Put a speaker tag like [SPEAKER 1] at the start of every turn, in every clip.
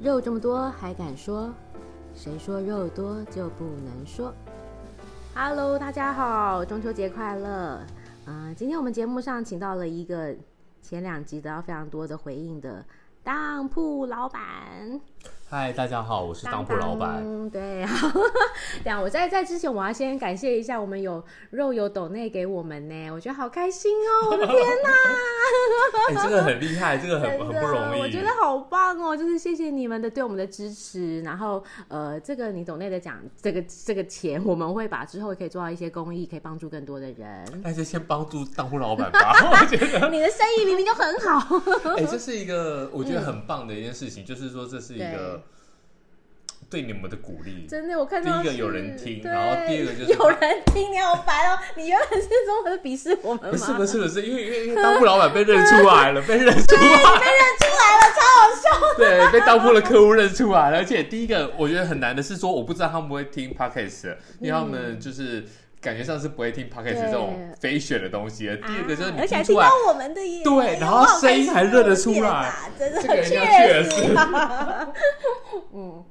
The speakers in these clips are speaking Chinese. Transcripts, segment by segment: [SPEAKER 1] 肉这么多还敢说？谁说肉多就不能说？Hello，大家好，中秋节快乐！啊、今天我们节目上请到了一个前两集得到非常多的回应的当铺老板。
[SPEAKER 2] 嗨，大家好，我是当铺老板。
[SPEAKER 1] 当对， 好这样我在在之前，我要先感谢一下我们有肉有抖内给我们呢，我觉得好开心哦！我的天哪，
[SPEAKER 2] 哎、这个很 厉害，这个很
[SPEAKER 1] 真
[SPEAKER 2] 很
[SPEAKER 1] 的，
[SPEAKER 2] 不容易。
[SPEAKER 1] 我觉得好棒哦！就是谢谢你们的对我们的支持，然后呃，这个你懂内的奖，这个这个钱我们会把之后可以做到一些公益，可以帮助更多的人。
[SPEAKER 2] 那就先帮助当铺老板吧。 我觉得，
[SPEAKER 1] 你的生意明明就很好，
[SPEAKER 2] 哎、这是一个我觉得很棒的一件事
[SPEAKER 1] 嗯
[SPEAKER 2] 情，就是说这是一个对你们的鼓励。
[SPEAKER 1] 真的，我看到
[SPEAKER 2] 第一个有
[SPEAKER 1] 是
[SPEAKER 2] 人听
[SPEAKER 1] 对
[SPEAKER 2] 然后第二个就是
[SPEAKER 1] 有 人听，你好烦哦！你原本是说我是鄙视我们吗？
[SPEAKER 2] 不哎 是不是不是，因为因为因为当铺老板被认出 来了，被认出
[SPEAKER 1] 被
[SPEAKER 2] 来，
[SPEAKER 1] 认出来了，超好笑。
[SPEAKER 2] 对，被当铺的客户认出来了。而且第一个我觉得很难的是说，我不知道他们会听 podcast，的因为他
[SPEAKER 1] 嗯
[SPEAKER 2] 们就是感觉上是不会听 podcast 这种非选的东西的。第二个就是
[SPEAKER 1] 啊
[SPEAKER 2] 你
[SPEAKER 1] 而且还听
[SPEAKER 2] 听出来
[SPEAKER 1] 到，我们的耶，
[SPEAKER 2] 对然后
[SPEAKER 1] 哇
[SPEAKER 2] 声音还认得出来，
[SPEAKER 1] 好开心哦
[SPEAKER 2] 这
[SPEAKER 1] 天哪真
[SPEAKER 2] 个
[SPEAKER 1] 的
[SPEAKER 2] 人叫确
[SPEAKER 1] 实。
[SPEAKER 2] 实。
[SPEAKER 1] 嗯，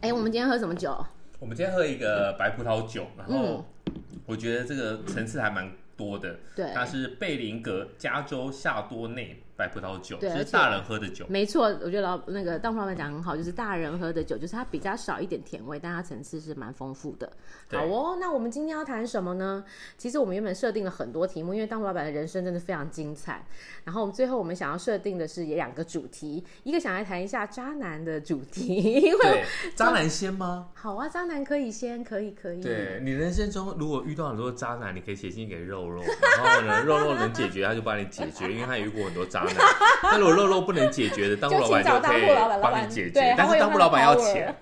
[SPEAKER 1] 哎、我们今天喝什么酒？
[SPEAKER 2] 我们今天喝一个白葡萄酒，然
[SPEAKER 1] 嗯
[SPEAKER 2] 后我觉得这个层次还蛮多的。
[SPEAKER 1] 对
[SPEAKER 2] 它是贝林格加州夏多内白葡萄酒，
[SPEAKER 1] 对而
[SPEAKER 2] 是
[SPEAKER 1] 且
[SPEAKER 2] 大人喝 的酒。
[SPEAKER 1] 没错，我觉得老那个当铺老板讲得很好，就是大人喝的酒，就是它比较少一点甜味，但它层次是蛮丰富的。
[SPEAKER 2] 对
[SPEAKER 1] 好哦，那我们今天要谈什么呢？其实我们原本设定了很多题目，因为当铺老板的人生真的非常精彩。然后我们最后我们想要设定的是也两个主题，一个想来谈一下渣男的主题，因为
[SPEAKER 2] 对，渣男先吗？
[SPEAKER 1] 好啊，渣男可以先，可以可以。
[SPEAKER 2] 对你人生中如果遇到很多渣男，你可以写信给肉肉，然后呢，肉肉能解决他就帮你解决，因为他也遇过很多 渣男。那如果肉肉不能解决的，当铺老板
[SPEAKER 1] 就请找
[SPEAKER 2] 可以
[SPEAKER 1] 当铺老板
[SPEAKER 2] 帮你解
[SPEAKER 1] 老板对
[SPEAKER 2] 决，但
[SPEAKER 1] 他会
[SPEAKER 2] 是
[SPEAKER 1] 有
[SPEAKER 2] 当铺老板要
[SPEAKER 1] 他的 power
[SPEAKER 2] 钱，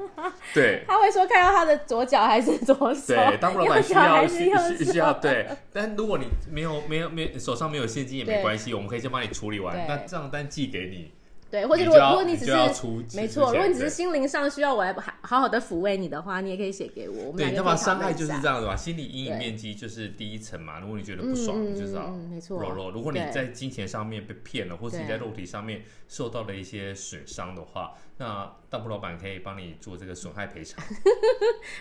[SPEAKER 2] 对。
[SPEAKER 1] 他会说看到他的左脚还是左手，
[SPEAKER 2] 对，当铺老板需
[SPEAKER 1] 右脚
[SPEAKER 2] 要
[SPEAKER 1] 还是
[SPEAKER 2] 需
[SPEAKER 1] 右
[SPEAKER 2] 需
[SPEAKER 1] 手
[SPEAKER 2] 需要对，但如果你没有没有没有手上没有现金也
[SPEAKER 1] 对
[SPEAKER 2] 没关系，我们可以先帮你处理完
[SPEAKER 1] 对，
[SPEAKER 2] 那账单寄给你，
[SPEAKER 1] 对，或者
[SPEAKER 2] 你
[SPEAKER 1] 如果
[SPEAKER 2] 就要
[SPEAKER 1] 如果只
[SPEAKER 2] 你
[SPEAKER 1] 是
[SPEAKER 2] 就要出
[SPEAKER 1] 没
[SPEAKER 2] 出
[SPEAKER 1] 错，如果
[SPEAKER 2] 钱
[SPEAKER 1] 你只是心灵上需要我来好好好的抚慰你的话，你也可以写给我。我们
[SPEAKER 2] 对，
[SPEAKER 1] 两
[SPEAKER 2] 你
[SPEAKER 1] 个可以
[SPEAKER 2] 知道吗？
[SPEAKER 1] 讨
[SPEAKER 2] 伤害
[SPEAKER 1] 论一
[SPEAKER 2] 就是
[SPEAKER 1] 下
[SPEAKER 2] 这。样的吧，心理阴
[SPEAKER 1] 对
[SPEAKER 2] 影面积就是第一层嘛。如果你觉得
[SPEAKER 1] 嗯
[SPEAKER 2] 不爽，
[SPEAKER 1] 嗯
[SPEAKER 2] 你就知道
[SPEAKER 1] 嗯没错
[SPEAKER 2] 肉肉。如果你
[SPEAKER 1] 对
[SPEAKER 2] 在金钱上面被骗了，或是你
[SPEAKER 1] 对
[SPEAKER 2] 在肉体上面受到了一些损伤的话，那当铺老板可以帮你做这个损害赔 偿。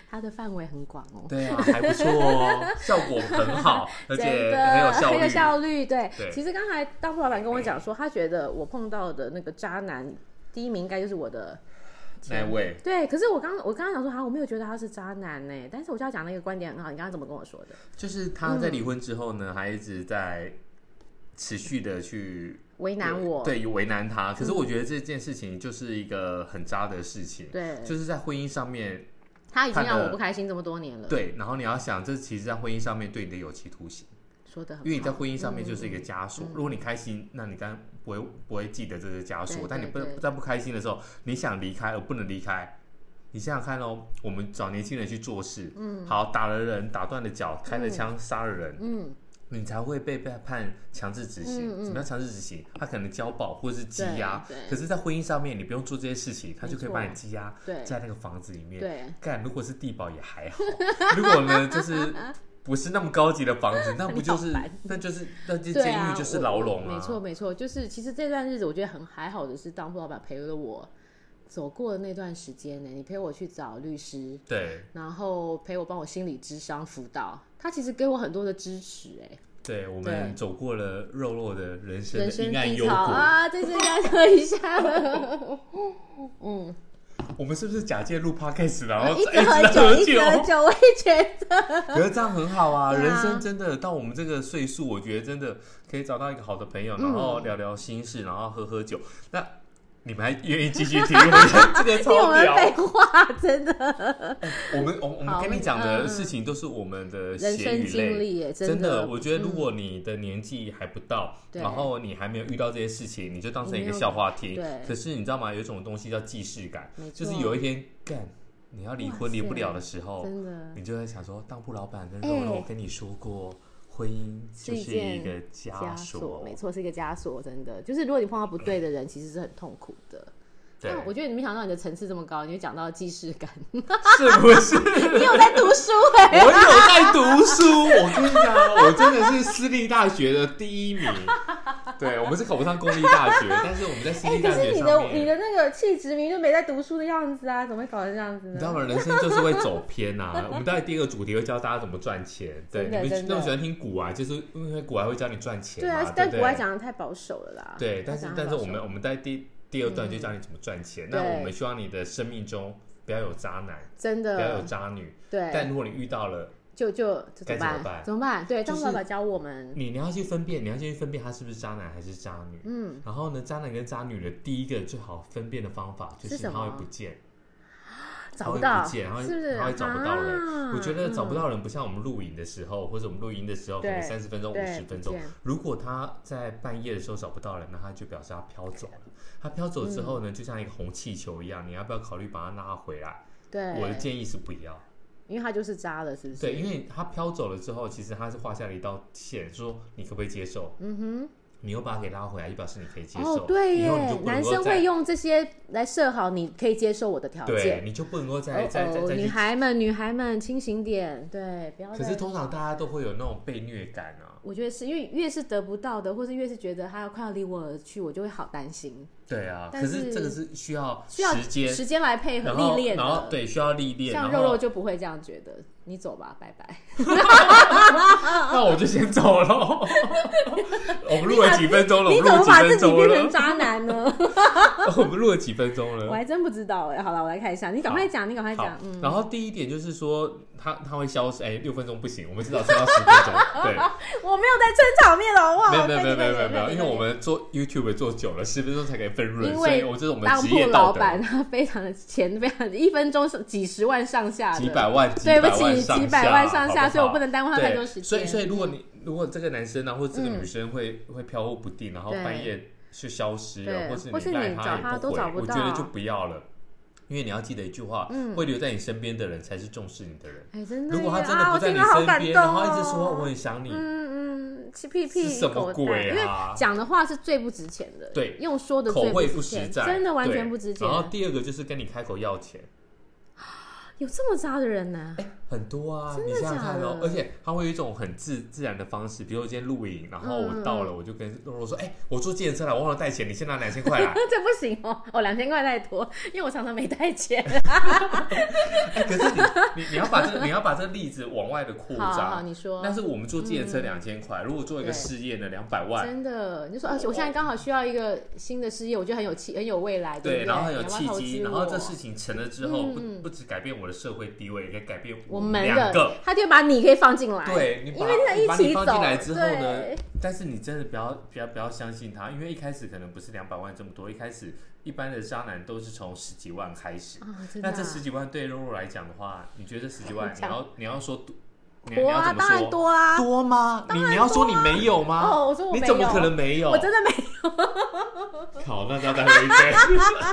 [SPEAKER 1] 它的范围很广哦，
[SPEAKER 2] 对啊，还不错哦，效果很 好，而
[SPEAKER 1] 真
[SPEAKER 2] 且
[SPEAKER 1] 的
[SPEAKER 2] 很有效
[SPEAKER 1] 很有
[SPEAKER 2] 率。
[SPEAKER 1] 效率。对，
[SPEAKER 2] 对
[SPEAKER 1] 其实刚才当铺老板跟我讲说，他觉得我碰到的那个渣男，第一名应该就是我的。
[SPEAKER 2] 那一位
[SPEAKER 1] 对，可是我刚我刚刚想说，好、像我没有觉得他是渣男呢，但是我就要讲那个观点很好，你刚刚怎么跟我说的？
[SPEAKER 2] 就是他在
[SPEAKER 1] 嗯
[SPEAKER 2] 离婚之后呢，还一直在持续的去
[SPEAKER 1] 为难我，嗯
[SPEAKER 2] 对，为难他。可是我觉得这件事情就是一个很渣的事情，
[SPEAKER 1] 对
[SPEAKER 2] 就是在婚姻上面，
[SPEAKER 1] 他已经
[SPEAKER 2] 看
[SPEAKER 1] 让我
[SPEAKER 2] 得
[SPEAKER 1] 不开心这么多年了。，
[SPEAKER 2] 对。然后你要想，这其实，在婚姻上面对你的有期徒刑，
[SPEAKER 1] 说的很好，
[SPEAKER 2] 因为你在婚姻上面就是一个枷
[SPEAKER 1] 嗯
[SPEAKER 2] 锁。如果你开心，那你当然不会不会记得这个枷
[SPEAKER 1] 对
[SPEAKER 2] 锁。但你不
[SPEAKER 1] 对对
[SPEAKER 2] 在不开心的时候，你想离开而不能离开。你想想看哦，我们找年轻人去做事，嗯，好，打了人，打断了脚，开了枪，杀了人，
[SPEAKER 1] 嗯，
[SPEAKER 2] 你才会被被判强制执行。
[SPEAKER 1] 嗯嗯
[SPEAKER 2] 什么叫强制执行？他可能交保或是羁押
[SPEAKER 1] 对对，
[SPEAKER 2] 可是，在婚姻上面你不用做这些事情，他就可
[SPEAKER 1] 没
[SPEAKER 2] 以
[SPEAKER 1] 错
[SPEAKER 2] 把你羁押
[SPEAKER 1] 对
[SPEAKER 2] 在那个房子里面。
[SPEAKER 1] 对，
[SPEAKER 2] 干，如果是地保也还好，如果呢就是不是那么高级的房子，那不就是
[SPEAKER 1] 你好烦
[SPEAKER 2] 那就是那就
[SPEAKER 1] 对
[SPEAKER 2] 监
[SPEAKER 1] 啊
[SPEAKER 2] 狱就是
[SPEAKER 1] 我
[SPEAKER 2] 牢笼啊。
[SPEAKER 1] 没错，没错，就是其实这段日子我觉得很还好的是，当铺老板陪了我走过的那段时间呢，你陪我去找律师，
[SPEAKER 2] 对
[SPEAKER 1] 然后陪我帮我心理智商辅导，他其实给我很多的支持，哎，
[SPEAKER 2] 对，我
[SPEAKER 1] 对
[SPEAKER 2] 们走过了肉肉的人生
[SPEAKER 1] 人
[SPEAKER 2] 的
[SPEAKER 1] 生
[SPEAKER 2] 阴暗
[SPEAKER 1] 低
[SPEAKER 2] 幽
[SPEAKER 1] 潮
[SPEAKER 2] 谷。
[SPEAKER 1] 啊，这次应该喝一 下了，嗯，
[SPEAKER 2] 我们是不是假借录 podcast，然后
[SPEAKER 1] 啊一直喝
[SPEAKER 2] 一直
[SPEAKER 1] 酒，
[SPEAKER 2] 喝
[SPEAKER 1] 一直喝酒，我也觉得
[SPEAKER 2] 可是这样很好啊，
[SPEAKER 1] 对啊
[SPEAKER 2] 人生真的到我们这个岁数，我觉得真的可以找到一个好的朋友，然
[SPEAKER 1] 嗯
[SPEAKER 2] 后聊聊心事，然后喝喝酒。那你们还愿意继续听？我觉 得这个
[SPEAKER 1] 听我
[SPEAKER 2] 超
[SPEAKER 1] 们
[SPEAKER 2] 屌。
[SPEAKER 1] 废话，真的，
[SPEAKER 2] 我们我我
[SPEAKER 1] 好
[SPEAKER 2] 们跟你讲
[SPEAKER 1] 嗯
[SPEAKER 2] 的事情都是我们的
[SPEAKER 1] 人
[SPEAKER 2] 血
[SPEAKER 1] 生
[SPEAKER 2] 与
[SPEAKER 1] 经
[SPEAKER 2] 泪。
[SPEAKER 1] 历，哎，
[SPEAKER 2] 真
[SPEAKER 1] 的，
[SPEAKER 2] 我觉得如果你的年纪还不到，
[SPEAKER 1] 对
[SPEAKER 2] 然后你还没有遇到这些事情，你就当成一
[SPEAKER 1] 你
[SPEAKER 2] 个
[SPEAKER 1] 没有
[SPEAKER 2] 笑话听
[SPEAKER 1] 对。
[SPEAKER 2] 可是你知道吗？有一种东西叫既视感
[SPEAKER 1] 没，错
[SPEAKER 2] 就是有一天干你要离
[SPEAKER 1] 哇
[SPEAKER 2] 婚
[SPEAKER 1] 塞
[SPEAKER 2] 离不了的时候，
[SPEAKER 1] 真的。
[SPEAKER 2] 你就在想说，当铺老板跟
[SPEAKER 1] 哎
[SPEAKER 2] 肉肉跟你说过，婚姻就是
[SPEAKER 1] 一
[SPEAKER 2] 是
[SPEAKER 1] 件
[SPEAKER 2] 一个
[SPEAKER 1] 枷
[SPEAKER 2] 枷
[SPEAKER 1] 锁，
[SPEAKER 2] 锁
[SPEAKER 1] 没，错，是一个枷锁，真的。就是如果你碰到不对的人，其实是很痛苦的。
[SPEAKER 2] 对，
[SPEAKER 1] 啊 但我觉得你没想到你的层次这么高，你就讲到既视感，你
[SPEAKER 2] 是不是？
[SPEAKER 1] 有在读书 哎、
[SPEAKER 2] 我有在读书，我跟你讲，我真的是私立大学的第一名，对，我们是考不上公立大学，但是我们在私
[SPEAKER 1] 哎、
[SPEAKER 2] 立
[SPEAKER 1] 可
[SPEAKER 2] 大
[SPEAKER 1] 是
[SPEAKER 2] 学
[SPEAKER 1] 你
[SPEAKER 2] 上
[SPEAKER 1] 的
[SPEAKER 2] 面。
[SPEAKER 1] 你的那个气质明明就没在读书的样子啊，怎么会搞成这样子
[SPEAKER 2] 你知道
[SPEAKER 1] 呢？
[SPEAKER 2] 吗？人生就是会走偏啊呐、我们到底第一个主题会教大家怎么赚钱，对，
[SPEAKER 1] 真的
[SPEAKER 2] 你们
[SPEAKER 1] 真的
[SPEAKER 2] 那么喜欢听古啊，就是因为古还会教你赚钱
[SPEAKER 1] 对
[SPEAKER 2] 嘛，
[SPEAKER 1] 啊，
[SPEAKER 2] 对
[SPEAKER 1] 但
[SPEAKER 2] 不对
[SPEAKER 1] 国外讲的太保守了啦。
[SPEAKER 2] 对，但是
[SPEAKER 1] 他讲得
[SPEAKER 2] 但
[SPEAKER 1] 太
[SPEAKER 2] 是
[SPEAKER 1] 保
[SPEAKER 2] 我
[SPEAKER 1] 守
[SPEAKER 2] 们我们在第第二段就教你怎么赚钱。那
[SPEAKER 1] 对
[SPEAKER 2] 我们希望你的生命中不要有渣男，
[SPEAKER 1] 真
[SPEAKER 2] 不要有
[SPEAKER 1] 的
[SPEAKER 2] 渣女。
[SPEAKER 1] 对，
[SPEAKER 2] 但如果你遇到了，
[SPEAKER 1] 就就这
[SPEAKER 2] 该
[SPEAKER 1] 怎么
[SPEAKER 2] 怎么
[SPEAKER 1] 办？
[SPEAKER 2] 办
[SPEAKER 1] 怎么办？对，
[SPEAKER 2] 就
[SPEAKER 1] 张
[SPEAKER 2] 是
[SPEAKER 1] 爸爸教我们，
[SPEAKER 2] 你你要去分辨，你要先去分辨他是不是渣男还是渣女。
[SPEAKER 1] 嗯，
[SPEAKER 2] 然后呢，渣男跟渣女的第一个最好分辨的方法就是是
[SPEAKER 1] 什
[SPEAKER 2] 他会
[SPEAKER 1] 么
[SPEAKER 2] 不见，
[SPEAKER 1] 找不
[SPEAKER 2] 他
[SPEAKER 1] 到，
[SPEAKER 2] 会不见，然后
[SPEAKER 1] 是不是？
[SPEAKER 2] 他会找不到人。
[SPEAKER 1] 啊
[SPEAKER 2] 我觉得找不
[SPEAKER 1] 嗯
[SPEAKER 2] 到人不像我们录影的时候，或者我们录音的时候，可
[SPEAKER 1] 对
[SPEAKER 2] 能三十分钟、
[SPEAKER 1] 对
[SPEAKER 2] 五十分
[SPEAKER 1] 不
[SPEAKER 2] 钟
[SPEAKER 1] 见。
[SPEAKER 2] 如果他在半夜的时候找不到人，那他就表示他飘走了。他飘走之
[SPEAKER 1] 嗯
[SPEAKER 2] 后呢，就像一个红气球一样，你要不要考虑把他拉回来？
[SPEAKER 1] 对，
[SPEAKER 2] 我的建议是不要。
[SPEAKER 1] 因为他就是渣了，是不是？
[SPEAKER 2] 对，因为他飘走了之后，其实他是画下了一道线，说你可不可以接受？
[SPEAKER 1] 嗯
[SPEAKER 2] 你又把他给拉回来，就表示你可以接
[SPEAKER 1] 哼，
[SPEAKER 2] 受。
[SPEAKER 1] 哦，对
[SPEAKER 2] 以后你
[SPEAKER 1] 耶
[SPEAKER 2] 就，不能
[SPEAKER 1] 男
[SPEAKER 2] 够
[SPEAKER 1] 生
[SPEAKER 2] 再
[SPEAKER 1] 会用这些来设好你可以接受我的条
[SPEAKER 2] 对，
[SPEAKER 1] 件。
[SPEAKER 2] 你就不能够
[SPEAKER 1] 哦
[SPEAKER 2] 再再再
[SPEAKER 1] 哦，
[SPEAKER 2] 再
[SPEAKER 1] 女
[SPEAKER 2] 去。
[SPEAKER 1] 孩们，女孩们，清醒点，对，不要
[SPEAKER 2] 可
[SPEAKER 1] 再
[SPEAKER 2] 是。通常大家都会有那种被虐感啊。
[SPEAKER 1] 我觉得是因为越是得不到的，或是越是觉得他要快要离我而去，我就会好担心，
[SPEAKER 2] 对啊，
[SPEAKER 1] 但
[SPEAKER 2] 可是
[SPEAKER 1] 是
[SPEAKER 2] 这个是需要
[SPEAKER 1] 需要
[SPEAKER 2] 时间，
[SPEAKER 1] 时间来配合
[SPEAKER 2] 然后
[SPEAKER 1] 历练的。
[SPEAKER 2] 然后对需要历练，
[SPEAKER 1] 像
[SPEAKER 2] 然
[SPEAKER 1] 肉肉
[SPEAKER 2] 后
[SPEAKER 1] 就不会这样觉得，你走吧，拜拜。
[SPEAKER 2] 那我就先走了。 我们录了几分钟了，
[SPEAKER 1] 你
[SPEAKER 2] 我
[SPEAKER 1] 怎
[SPEAKER 2] 们
[SPEAKER 1] 么
[SPEAKER 2] 录了
[SPEAKER 1] 把
[SPEAKER 2] 几
[SPEAKER 1] 自
[SPEAKER 2] 分
[SPEAKER 1] 己
[SPEAKER 2] 钟
[SPEAKER 1] 变成
[SPEAKER 2] 了，
[SPEAKER 1] 渣男呢？
[SPEAKER 2] 我们录了几分钟了
[SPEAKER 1] 我。还真不知道哎。好了，我来看一下，你赶快讲，你赶快
[SPEAKER 2] 好
[SPEAKER 1] 讲，，嗯，
[SPEAKER 2] 然后第一点就是说，他他会消失，哎，六分钟不行，我们至少撑到十分 钟。对，
[SPEAKER 1] 我没有在撑场面了，好不好？
[SPEAKER 2] 没有没有没
[SPEAKER 1] 快
[SPEAKER 2] 有
[SPEAKER 1] 点
[SPEAKER 2] 没有没
[SPEAKER 1] 快
[SPEAKER 2] 有
[SPEAKER 1] 点
[SPEAKER 2] 没有，因为
[SPEAKER 1] 快点
[SPEAKER 2] 我们做 YouTube 做久了，十分钟才可以分润，
[SPEAKER 1] 因
[SPEAKER 2] 所以
[SPEAKER 1] 为
[SPEAKER 2] 我这是我们
[SPEAKER 1] 当
[SPEAKER 2] 职
[SPEAKER 1] 铺
[SPEAKER 2] 业
[SPEAKER 1] 老
[SPEAKER 2] 道德，
[SPEAKER 1] 板他非常的钱非常一分钟是几十万上下的，
[SPEAKER 2] 几百万，
[SPEAKER 1] 对不
[SPEAKER 2] 几百万
[SPEAKER 1] 起
[SPEAKER 2] 上
[SPEAKER 1] 几百万上
[SPEAKER 2] 好
[SPEAKER 1] 下，
[SPEAKER 2] 好
[SPEAKER 1] 所以我不能耽误他太多时间。嗯
[SPEAKER 2] 对所以，所以如果你如果这个男生呢、或者这个女生会、会飘忽不定，然后
[SPEAKER 1] 对
[SPEAKER 2] 半夜就消失了，
[SPEAKER 1] 对
[SPEAKER 2] 是
[SPEAKER 1] 或是
[SPEAKER 2] 你赖
[SPEAKER 1] 你
[SPEAKER 2] 他
[SPEAKER 1] 找
[SPEAKER 2] 也
[SPEAKER 1] 他
[SPEAKER 2] 不
[SPEAKER 1] 都
[SPEAKER 2] 回
[SPEAKER 1] 找不
[SPEAKER 2] 我觉得
[SPEAKER 1] 到嗯
[SPEAKER 2] 就不要了，因为你要记得一句话，会留在你身边的人才是重视你的人。
[SPEAKER 1] 哎，真的耶，
[SPEAKER 2] 如果他真
[SPEAKER 1] 啊
[SPEAKER 2] 的
[SPEAKER 1] 我
[SPEAKER 2] 不在
[SPEAKER 1] 听
[SPEAKER 2] 你
[SPEAKER 1] 了好
[SPEAKER 2] 身
[SPEAKER 1] 感
[SPEAKER 2] 边，
[SPEAKER 1] 动
[SPEAKER 2] 然后一直说
[SPEAKER 1] 哦
[SPEAKER 2] 我很想你，
[SPEAKER 1] 嗯嗯，气屁屁
[SPEAKER 2] 是什么
[SPEAKER 1] 狗蛋
[SPEAKER 2] 鬼
[SPEAKER 1] 因为
[SPEAKER 2] 啊
[SPEAKER 1] 讲的话是最不值钱的，
[SPEAKER 2] 对
[SPEAKER 1] 用说的
[SPEAKER 2] 口
[SPEAKER 1] 最
[SPEAKER 2] 惠
[SPEAKER 1] 值
[SPEAKER 2] 实
[SPEAKER 1] 钱，
[SPEAKER 2] 在，
[SPEAKER 1] 真的完
[SPEAKER 2] 对
[SPEAKER 1] 全不值钱
[SPEAKER 2] 然。后第二个就是跟你开口要钱，
[SPEAKER 1] 有这么渣的人呢？
[SPEAKER 2] 哎，很多啊，
[SPEAKER 1] 真的
[SPEAKER 2] 你想想看哦
[SPEAKER 1] 假，的
[SPEAKER 2] 而且他会有一种很自自然的方式，比如我今天露营，然后我到了，
[SPEAKER 1] 嗯
[SPEAKER 2] 我就跟肉肉说，哎，我坐计程车了，我忘了带钱，你先拿两千块 啊来。
[SPEAKER 1] 这不行哦，哦，两千块太多，因为我常常没带钱。
[SPEAKER 2] 哎，可是你你你要把这个你要把这个例子往外的扩
[SPEAKER 1] 好好，
[SPEAKER 2] 张，
[SPEAKER 1] 你说，嗯
[SPEAKER 2] 但是我们坐计程车两千块，如果做一个事业呢，两百万。
[SPEAKER 1] 真的，你就说，啊而且我现在刚好需要一个新的事业，我觉得很有气，很有未来，不
[SPEAKER 2] 对，
[SPEAKER 1] 对？
[SPEAKER 2] 然后很有
[SPEAKER 1] 你要不要
[SPEAKER 2] 契
[SPEAKER 1] 投
[SPEAKER 2] 机，
[SPEAKER 1] 资
[SPEAKER 2] 然后
[SPEAKER 1] 我
[SPEAKER 2] 这事情成了之后，
[SPEAKER 1] 嗯
[SPEAKER 2] 不不只改变我的社会地位，也改变
[SPEAKER 1] 我们
[SPEAKER 2] 两个
[SPEAKER 1] 的，他就把你可以放进来，
[SPEAKER 2] 对，你把
[SPEAKER 1] 因为那
[SPEAKER 2] 你
[SPEAKER 1] 一
[SPEAKER 2] 把
[SPEAKER 1] 起
[SPEAKER 2] 你
[SPEAKER 1] 走，
[SPEAKER 2] 放进来之后呢
[SPEAKER 1] 对，
[SPEAKER 2] 但是你真的不要不要不要相信他，因为一开始可能不是两百万这么多，一开始一般的渣男都是从十几万开始。
[SPEAKER 1] 啊，真的
[SPEAKER 2] 那
[SPEAKER 1] 啊，
[SPEAKER 2] 这十几万对肉肉来讲的话，你觉得这十几万你
[SPEAKER 1] 讲
[SPEAKER 2] 要你要说多，你你
[SPEAKER 1] 多
[SPEAKER 2] 要
[SPEAKER 1] 啊，
[SPEAKER 2] 怎么
[SPEAKER 1] 当然
[SPEAKER 2] 说？
[SPEAKER 1] 多啊，
[SPEAKER 2] 多吗？你你要说你没有吗？
[SPEAKER 1] 哦，我说我
[SPEAKER 2] 你
[SPEAKER 1] 没
[SPEAKER 2] 怎么
[SPEAKER 1] 有
[SPEAKER 2] 可能没有
[SPEAKER 1] 我？真的没
[SPEAKER 2] 好，那那再喝一杯。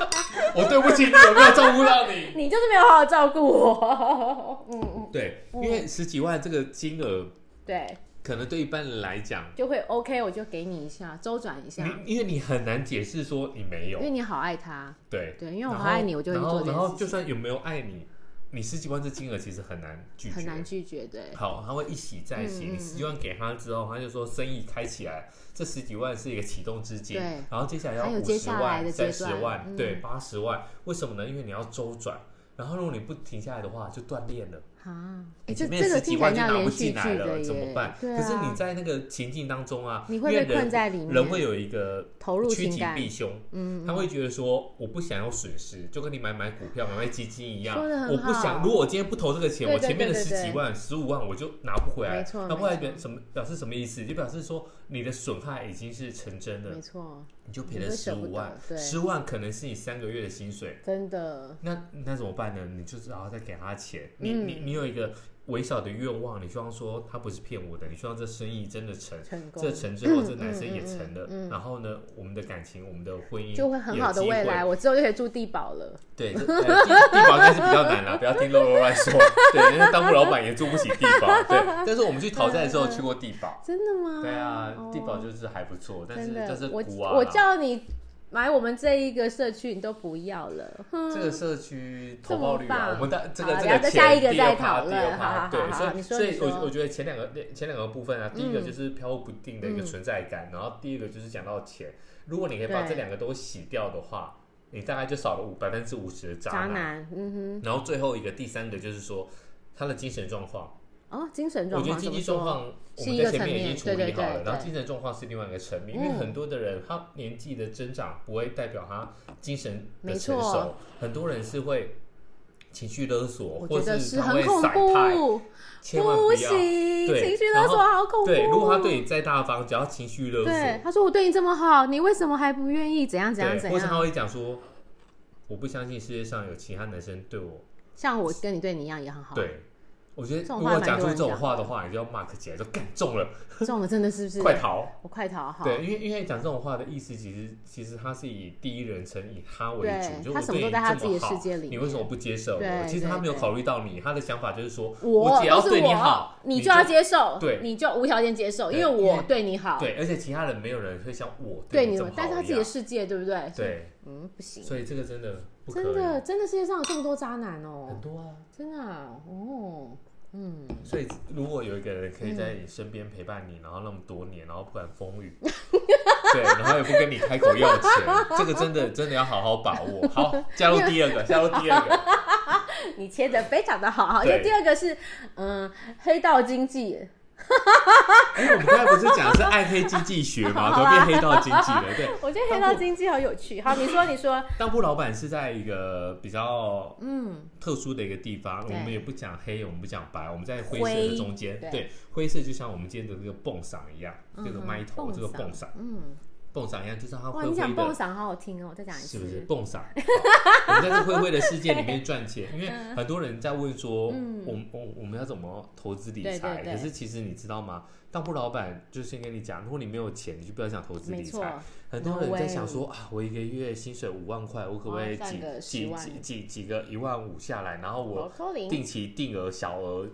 [SPEAKER 2] 我对不起你，有没有照顾到你？
[SPEAKER 1] 有，你就是没有好好照顾我， 嗯嗯，
[SPEAKER 2] 对，因为十几万这个金额，
[SPEAKER 1] 对，
[SPEAKER 2] 可能对一般人来讲，
[SPEAKER 1] 就会 OK，我就给你一下，周转一下，
[SPEAKER 2] 你因为你很难解释说你没有
[SPEAKER 1] 因。为你好爱他，
[SPEAKER 2] 对
[SPEAKER 1] 对，因为我
[SPEAKER 2] 然
[SPEAKER 1] 好
[SPEAKER 2] 后
[SPEAKER 1] 爱你，我就会
[SPEAKER 2] 然
[SPEAKER 1] 去做
[SPEAKER 2] 后
[SPEAKER 1] 这
[SPEAKER 2] 然后
[SPEAKER 1] 件事
[SPEAKER 2] 就
[SPEAKER 1] 情，
[SPEAKER 2] 算有没有爱你，你十几万这金额其实很难拒绝，
[SPEAKER 1] 很难拒绝，对，
[SPEAKER 2] 好，他会一起在一起。
[SPEAKER 1] 嗯嗯
[SPEAKER 2] 你十几万给他之后，他就说生意开起来，这十几万是一个启动资金
[SPEAKER 1] 对，
[SPEAKER 2] 然后接下来要
[SPEAKER 1] 还有
[SPEAKER 2] 五
[SPEAKER 1] 接
[SPEAKER 2] 十
[SPEAKER 1] 下来
[SPEAKER 2] 万、
[SPEAKER 1] 的
[SPEAKER 2] 三
[SPEAKER 1] 阶
[SPEAKER 2] 十
[SPEAKER 1] 段
[SPEAKER 2] 万，
[SPEAKER 1] 嗯
[SPEAKER 2] 对，八十万。为什么呢？因为你要周转，然后如果你不停下来的话，就断裂了。
[SPEAKER 1] 啊，
[SPEAKER 2] 你
[SPEAKER 1] 这
[SPEAKER 2] 哎前面
[SPEAKER 1] 这个
[SPEAKER 2] 十几
[SPEAKER 1] 听起来
[SPEAKER 2] 万就
[SPEAKER 1] 像
[SPEAKER 2] 拿
[SPEAKER 1] 连
[SPEAKER 2] 不
[SPEAKER 1] 续剧
[SPEAKER 2] 进来
[SPEAKER 1] 的
[SPEAKER 2] 了，
[SPEAKER 1] 耶，
[SPEAKER 2] 怎么办？
[SPEAKER 1] 对
[SPEAKER 2] 可是你
[SPEAKER 1] 啊，
[SPEAKER 2] 在那个情境当中啊，
[SPEAKER 1] 你会
[SPEAKER 2] 因为
[SPEAKER 1] 被困
[SPEAKER 2] 人
[SPEAKER 1] 在里
[SPEAKER 2] 人
[SPEAKER 1] 面
[SPEAKER 2] 会有一个
[SPEAKER 1] 投入
[SPEAKER 2] 趋
[SPEAKER 1] 情
[SPEAKER 2] 吉
[SPEAKER 1] 感
[SPEAKER 2] 避凶，
[SPEAKER 1] 嗯，
[SPEAKER 2] 他会觉得说，我不想要损失，就跟你买买股票、买卖基金一样
[SPEAKER 1] 说得，很
[SPEAKER 2] 我不想。
[SPEAKER 1] 好
[SPEAKER 2] 如果我今天不投这个钱，
[SPEAKER 1] 对
[SPEAKER 2] 我
[SPEAKER 1] 对
[SPEAKER 2] 前面的
[SPEAKER 1] 对
[SPEAKER 2] 十
[SPEAKER 1] 对
[SPEAKER 2] 几万、十五万我就拿不回来，
[SPEAKER 1] 没错
[SPEAKER 2] 拿不回来
[SPEAKER 1] 没错
[SPEAKER 2] 表什么表示什么意思？就表示说你的损害已经是成真的
[SPEAKER 1] 没，错，
[SPEAKER 2] 你就赔
[SPEAKER 1] 你
[SPEAKER 2] 了
[SPEAKER 1] 会
[SPEAKER 2] 十
[SPEAKER 1] 舍不
[SPEAKER 2] 五万
[SPEAKER 1] 得，对
[SPEAKER 2] 十万可能是你三个月的薪水，
[SPEAKER 1] 真的，
[SPEAKER 2] 那那怎么办呢？你就只好再给他钱，你
[SPEAKER 1] 嗯
[SPEAKER 2] 你你有一个微小的愿望，你希望说他不是骗我的，你希望这生意真的成。
[SPEAKER 1] 成功
[SPEAKER 2] 这成之后，这
[SPEAKER 1] 嗯
[SPEAKER 2] 男生
[SPEAKER 1] 嗯
[SPEAKER 2] 也
[SPEAKER 1] 嗯
[SPEAKER 2] 成了。
[SPEAKER 1] 嗯
[SPEAKER 2] 然后呢，我们的感情，我们的婚姻
[SPEAKER 1] 就会很
[SPEAKER 2] 有
[SPEAKER 1] 好的
[SPEAKER 2] 机
[SPEAKER 1] 未
[SPEAKER 2] 会
[SPEAKER 1] 来，我之后就可以住地堡了。
[SPEAKER 2] 对，这呃地地 堡应该是比较难啦，不要听肉肉乱说。 对，人家当铺老板也住不起地堡。 对，但是我们去讨债的时候去过地堡。
[SPEAKER 1] 真的吗？
[SPEAKER 2] 对啊，
[SPEAKER 1] 嗯哦
[SPEAKER 2] 地堡就是还不错，但是
[SPEAKER 1] 真的
[SPEAKER 2] 但是
[SPEAKER 1] 我
[SPEAKER 2] 古啊，
[SPEAKER 1] 我叫你买我们这一个社区你都不要了，哼
[SPEAKER 2] 这个社区投报率啊，
[SPEAKER 1] 这么棒
[SPEAKER 2] 我们的这个
[SPEAKER 1] 好
[SPEAKER 2] 这
[SPEAKER 1] 然
[SPEAKER 2] 个
[SPEAKER 1] 后再
[SPEAKER 2] 前
[SPEAKER 1] 下一个
[SPEAKER 2] 第二
[SPEAKER 1] 再
[SPEAKER 2] 趴
[SPEAKER 1] 讨
[SPEAKER 2] 第二
[SPEAKER 1] 论好
[SPEAKER 2] 趴
[SPEAKER 1] 好
[SPEAKER 2] 对，
[SPEAKER 1] 好
[SPEAKER 2] 所
[SPEAKER 1] 你
[SPEAKER 2] 以
[SPEAKER 1] 说
[SPEAKER 2] 所
[SPEAKER 1] 你
[SPEAKER 2] 以我
[SPEAKER 1] 说
[SPEAKER 2] 我觉得前两个前两个部分啊，第一个
[SPEAKER 1] 嗯
[SPEAKER 2] 就是飘忽不定的一个
[SPEAKER 1] 嗯
[SPEAKER 2] 存在感，然后第二个就是讲到钱，如果你可以把
[SPEAKER 1] 对
[SPEAKER 2] 这两个都洗掉的话，你大概就少了五百分之五十的渣
[SPEAKER 1] 渣男，嗯
[SPEAKER 2] 然后最后一个第三个就是说他的精神状况，
[SPEAKER 1] 哼，哦，精神
[SPEAKER 2] 我
[SPEAKER 1] 状
[SPEAKER 2] 觉得
[SPEAKER 1] 况
[SPEAKER 2] 经
[SPEAKER 1] 怎么
[SPEAKER 2] 济状
[SPEAKER 1] 说？
[SPEAKER 2] 况我
[SPEAKER 1] 是
[SPEAKER 2] 们
[SPEAKER 1] 一
[SPEAKER 2] 在
[SPEAKER 1] 个
[SPEAKER 2] 前
[SPEAKER 1] 层
[SPEAKER 2] 面已经
[SPEAKER 1] 面
[SPEAKER 2] 处
[SPEAKER 1] 对
[SPEAKER 2] 理
[SPEAKER 1] 对
[SPEAKER 2] 好了，
[SPEAKER 1] 对
[SPEAKER 2] 然后
[SPEAKER 1] 对
[SPEAKER 2] 精神状况是另外一个层面，因为
[SPEAKER 1] 嗯
[SPEAKER 2] 很多的人他年纪的增长不会代表他精神的
[SPEAKER 1] 没
[SPEAKER 2] 成
[SPEAKER 1] 错
[SPEAKER 2] 熟，很多人是会情绪勒索，
[SPEAKER 1] 我
[SPEAKER 2] 或
[SPEAKER 1] 觉
[SPEAKER 2] 者
[SPEAKER 1] 得是
[SPEAKER 2] 是他会
[SPEAKER 1] 很恐
[SPEAKER 2] 甩派，
[SPEAKER 1] 怖，
[SPEAKER 2] 千万
[SPEAKER 1] 不
[SPEAKER 2] 不要。
[SPEAKER 1] 行，
[SPEAKER 2] 对
[SPEAKER 1] 情绪
[SPEAKER 2] 然
[SPEAKER 1] 勒
[SPEAKER 2] 后
[SPEAKER 1] 索好恐怖。哦
[SPEAKER 2] 对，如果他对你再大方，只要情绪勒
[SPEAKER 1] 对，
[SPEAKER 2] 索，
[SPEAKER 1] 他说我对你这么好，你为什么还不愿意？怎样怎样
[SPEAKER 2] 对，
[SPEAKER 1] 怎
[SPEAKER 2] 或是他
[SPEAKER 1] 样？
[SPEAKER 2] 会讲说，我不相信世界上有其他男生对我
[SPEAKER 1] 像我跟你对你一样也很好，，
[SPEAKER 2] 对。我觉得
[SPEAKER 1] 这
[SPEAKER 2] 如
[SPEAKER 1] 种话
[SPEAKER 2] 果
[SPEAKER 1] 蛮
[SPEAKER 2] 讲
[SPEAKER 1] 多
[SPEAKER 2] 出
[SPEAKER 1] 人
[SPEAKER 2] 这种
[SPEAKER 1] 讲
[SPEAKER 2] 话的话，你就要 mark 起来，就干中了，
[SPEAKER 1] 中了真的是不是？
[SPEAKER 2] 快逃！
[SPEAKER 1] 我快逃好。
[SPEAKER 2] 对，因为因为讲这种话的意思，其实其实他是以第一人称，以他为
[SPEAKER 1] 对
[SPEAKER 2] 主，就
[SPEAKER 1] 他
[SPEAKER 2] 我
[SPEAKER 1] 什么
[SPEAKER 2] 对
[SPEAKER 1] 都
[SPEAKER 2] 你
[SPEAKER 1] 在他
[SPEAKER 2] 这
[SPEAKER 1] 自
[SPEAKER 2] 么
[SPEAKER 1] 己的世
[SPEAKER 2] 好
[SPEAKER 1] 界里
[SPEAKER 2] 你为什么不接受我？
[SPEAKER 1] 对
[SPEAKER 2] 其实他
[SPEAKER 1] 对
[SPEAKER 2] 没有
[SPEAKER 1] 对
[SPEAKER 2] 考虑到你，他的想法就是说，
[SPEAKER 1] 我
[SPEAKER 2] 只要
[SPEAKER 1] 都是
[SPEAKER 2] 对你
[SPEAKER 1] 我
[SPEAKER 2] 好，
[SPEAKER 1] 你
[SPEAKER 2] 就
[SPEAKER 1] 就要接受，
[SPEAKER 2] 对
[SPEAKER 1] 你就无条件接受，
[SPEAKER 2] 对
[SPEAKER 1] 因为
[SPEAKER 2] 因
[SPEAKER 1] 我
[SPEAKER 2] 为
[SPEAKER 1] 对你好，
[SPEAKER 2] 对，而且其他人没有人会像我
[SPEAKER 1] 对
[SPEAKER 2] 你
[SPEAKER 1] 你
[SPEAKER 2] 这么，好
[SPEAKER 1] 但是他
[SPEAKER 2] 一
[SPEAKER 1] 自己的
[SPEAKER 2] 样
[SPEAKER 1] 世界，对不对？，
[SPEAKER 2] 对，
[SPEAKER 1] 嗯，不行，
[SPEAKER 2] 所以这个真的不可
[SPEAKER 1] 真的，
[SPEAKER 2] 以，啊
[SPEAKER 1] 真的世界上有这么多渣男哦
[SPEAKER 2] 很，多啊。
[SPEAKER 1] 真的啊，哦，嗯，
[SPEAKER 2] 所以如果有一个人可以在你身边陪伴你，然后那么多年，然后不管风雨， 对，然后也不跟你开口要钱，这个真的真的要好好把 握。好，加入第二个，加入第二个。
[SPEAKER 1] 你切的非常的好，好，因
[SPEAKER 2] 对
[SPEAKER 1] 为第二个是，嗯，黑道经济，
[SPEAKER 2] 哎、我们刚才不是讲是暗黑经济学吗？怎
[SPEAKER 1] 好
[SPEAKER 2] 么
[SPEAKER 1] 啦
[SPEAKER 2] 变黑道经济了？对，
[SPEAKER 1] 我觉得黑道经济好有趣，好，你说，你说，
[SPEAKER 2] 当铺老板是在一个比较
[SPEAKER 1] 嗯，
[SPEAKER 2] 特殊的一个地方，我
[SPEAKER 1] 对
[SPEAKER 2] 们也不讲黑，我们不讲白，我们在灰
[SPEAKER 1] 灰
[SPEAKER 2] 色的中间。
[SPEAKER 1] 对
[SPEAKER 2] 对，灰色就像我们今天的这个蹦赏一样，
[SPEAKER 1] 嗯
[SPEAKER 2] 这个麦头，
[SPEAKER 1] 蹦
[SPEAKER 2] 这个
[SPEAKER 1] 赏
[SPEAKER 2] 蹦赏，
[SPEAKER 1] 嗯，
[SPEAKER 2] 蹦赏一样，就是它
[SPEAKER 1] 哇，
[SPEAKER 2] 灰
[SPEAKER 1] 你
[SPEAKER 2] 灰
[SPEAKER 1] 讲蹦
[SPEAKER 2] 的。
[SPEAKER 1] 赏好好听哦，我再讲一次，
[SPEAKER 2] 是不是蹦赏？好我们在这灰灰的世界里面赚钱， 因为很多人在问说，
[SPEAKER 1] 嗯
[SPEAKER 2] 我们我我们要怎么投资理
[SPEAKER 1] 对对
[SPEAKER 2] 财？
[SPEAKER 1] 对
[SPEAKER 2] 可是其实你知道吗？当铺老板就先跟你讲，如果你没有钱，你就不要想投资
[SPEAKER 1] 没
[SPEAKER 2] 理
[SPEAKER 1] 错
[SPEAKER 2] 财。，很多人在想说啊，我一个月薪水五万块，我可不可以
[SPEAKER 1] 哦赚
[SPEAKER 2] 几、
[SPEAKER 1] 个
[SPEAKER 2] 几
[SPEAKER 1] 10万
[SPEAKER 2] 几几几个一万五下来，然后
[SPEAKER 1] 我
[SPEAKER 2] 我
[SPEAKER 1] 扣零，
[SPEAKER 2] 定期定额小额，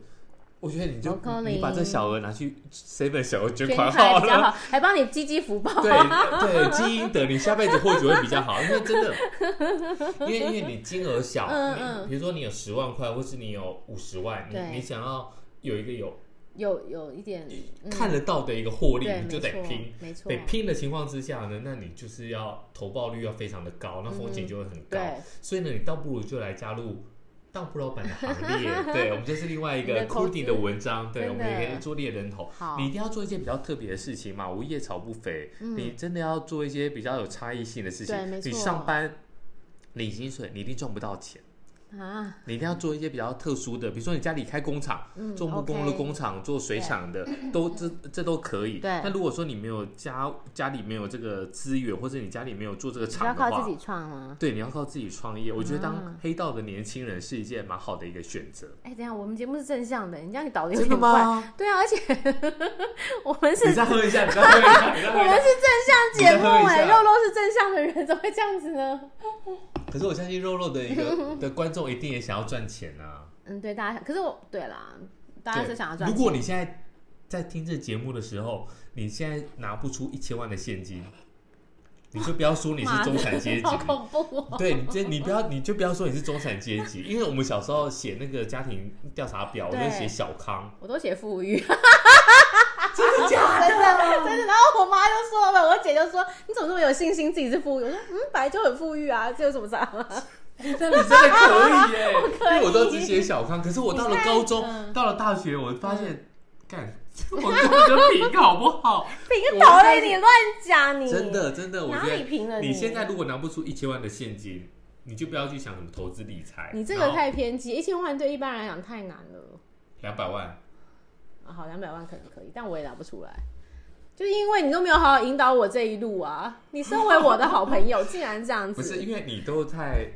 [SPEAKER 2] 我觉得你就
[SPEAKER 1] 我扣
[SPEAKER 2] 你你把这
[SPEAKER 1] 零
[SPEAKER 2] 小额拿去 seven 小额捐
[SPEAKER 1] 捐
[SPEAKER 2] 款
[SPEAKER 1] 款
[SPEAKER 2] 好
[SPEAKER 1] 比较好，
[SPEAKER 2] 了。
[SPEAKER 1] 还帮你积积福报，
[SPEAKER 2] 对对，积阴德，你下辈子或许会比较好，因 为真的，因为因为你金额小，
[SPEAKER 1] 嗯
[SPEAKER 2] 你
[SPEAKER 1] 嗯
[SPEAKER 2] 比如说你有十万块，或是你有五十万，你
[SPEAKER 1] 对
[SPEAKER 2] 你想要有一个有
[SPEAKER 1] 有有一点嗯
[SPEAKER 2] 看得到的一个获利，
[SPEAKER 1] 对，
[SPEAKER 2] 你就
[SPEAKER 1] 没
[SPEAKER 2] 得
[SPEAKER 1] 错
[SPEAKER 2] 拼。，
[SPEAKER 1] 没错
[SPEAKER 2] 被，拼的情况之下呢，那你就是要投报率要非常的高，那风险就会很高。
[SPEAKER 1] 对，
[SPEAKER 2] 所以呢，你倒不如就来加入当铺老板的行 列。对，我们这是另外一
[SPEAKER 1] 你
[SPEAKER 2] 个
[SPEAKER 1] 的投
[SPEAKER 2] 库
[SPEAKER 1] 资
[SPEAKER 2] 定的文章，对，
[SPEAKER 1] 真
[SPEAKER 2] 我
[SPEAKER 1] 的
[SPEAKER 2] 们也可以做猎人头。
[SPEAKER 1] 好
[SPEAKER 2] 你一定要做一件比较特别的事情嘛，无夜草不肥。
[SPEAKER 1] 嗯
[SPEAKER 2] 你真的要做一些比较有差异性的事情
[SPEAKER 1] 对没。错
[SPEAKER 2] 你上班领薪水，你一定赚不到钱。
[SPEAKER 1] 啊，
[SPEAKER 2] 你一定要做一些比较特殊的，比如说你家里开工厂，
[SPEAKER 1] 嗯
[SPEAKER 2] 做木工的
[SPEAKER 1] OK
[SPEAKER 2] 工厂，做水厂的，都这这都可以。
[SPEAKER 1] 对
[SPEAKER 2] 那如果说你没有家家里没有这个资源，或者你家里没有做这个
[SPEAKER 1] 你
[SPEAKER 2] 厂
[SPEAKER 1] 要
[SPEAKER 2] 的话，
[SPEAKER 1] 靠自己创吗？
[SPEAKER 2] 对，你要靠自己创业。我觉得当
[SPEAKER 1] 啊
[SPEAKER 2] 黑道的年轻人是一件蛮好的一个选择。
[SPEAKER 1] 哎，等一下，我们节目是正向的，你这样导的有
[SPEAKER 2] 真的
[SPEAKER 1] 点快。
[SPEAKER 2] 吗？
[SPEAKER 1] 对啊，而且我们是
[SPEAKER 2] 你再喝一下，你再喝一下，你再喝
[SPEAKER 1] 我
[SPEAKER 2] 一
[SPEAKER 1] 们
[SPEAKER 2] 下。
[SPEAKER 1] 是正向节目
[SPEAKER 2] 你再喝
[SPEAKER 1] 哎，
[SPEAKER 2] 一下
[SPEAKER 1] 肉肉是正向的人，怎么会这样子呢？
[SPEAKER 2] 可是我相信肉肉的一个的观众一定也想要赚钱啊。
[SPEAKER 1] 嗯，对，大家，可是我对啦，大家
[SPEAKER 2] 对
[SPEAKER 1] 是想要赚
[SPEAKER 2] 如
[SPEAKER 1] 钱，
[SPEAKER 2] 果你现在在听这节目的时候，你现在拿不出一千万的现 金，你就不要说你是中产阶级
[SPEAKER 1] 好。恐怖哦。
[SPEAKER 2] 对你这，你不要，你就不要说你是中产阶级，因为我们小时候写那个家庭调查表，我就
[SPEAKER 1] 对
[SPEAKER 2] 写小康，
[SPEAKER 1] 我都写富裕，
[SPEAKER 2] 真的假的？
[SPEAKER 1] 真的真的。然后我妈就说了，我姐就说：“你怎么这么有信心自己是富裕？”我说：“嗯，本来就很富裕啊，这有什么差吗？”
[SPEAKER 2] 那你真的可以耶、
[SPEAKER 1] 可以
[SPEAKER 2] 因为我都只写小康，可是我到了高中，
[SPEAKER 1] 你看嗯嗯
[SPEAKER 2] 到了大学，我发现，干、我根本就平好不 好？
[SPEAKER 1] 平头嘞， 你乱讲你！
[SPEAKER 2] 真，的真的，我
[SPEAKER 1] 哪
[SPEAKER 2] 觉
[SPEAKER 1] 里
[SPEAKER 2] 得
[SPEAKER 1] 平了
[SPEAKER 2] 你
[SPEAKER 1] 你
[SPEAKER 2] 现在如果拿不出一千万的现金，你就不要去想什么投资理财，
[SPEAKER 1] 你这个太偏激，一千万对一般人来讲太难了。
[SPEAKER 2] 两百万，
[SPEAKER 1] 啊、好，两百万可能可以，但我也拿不出来，就因为你都没有好好引导我这一路啊！你身为我的好朋友，竟然这样
[SPEAKER 2] 不是
[SPEAKER 1] 子，
[SPEAKER 2] 因为你都太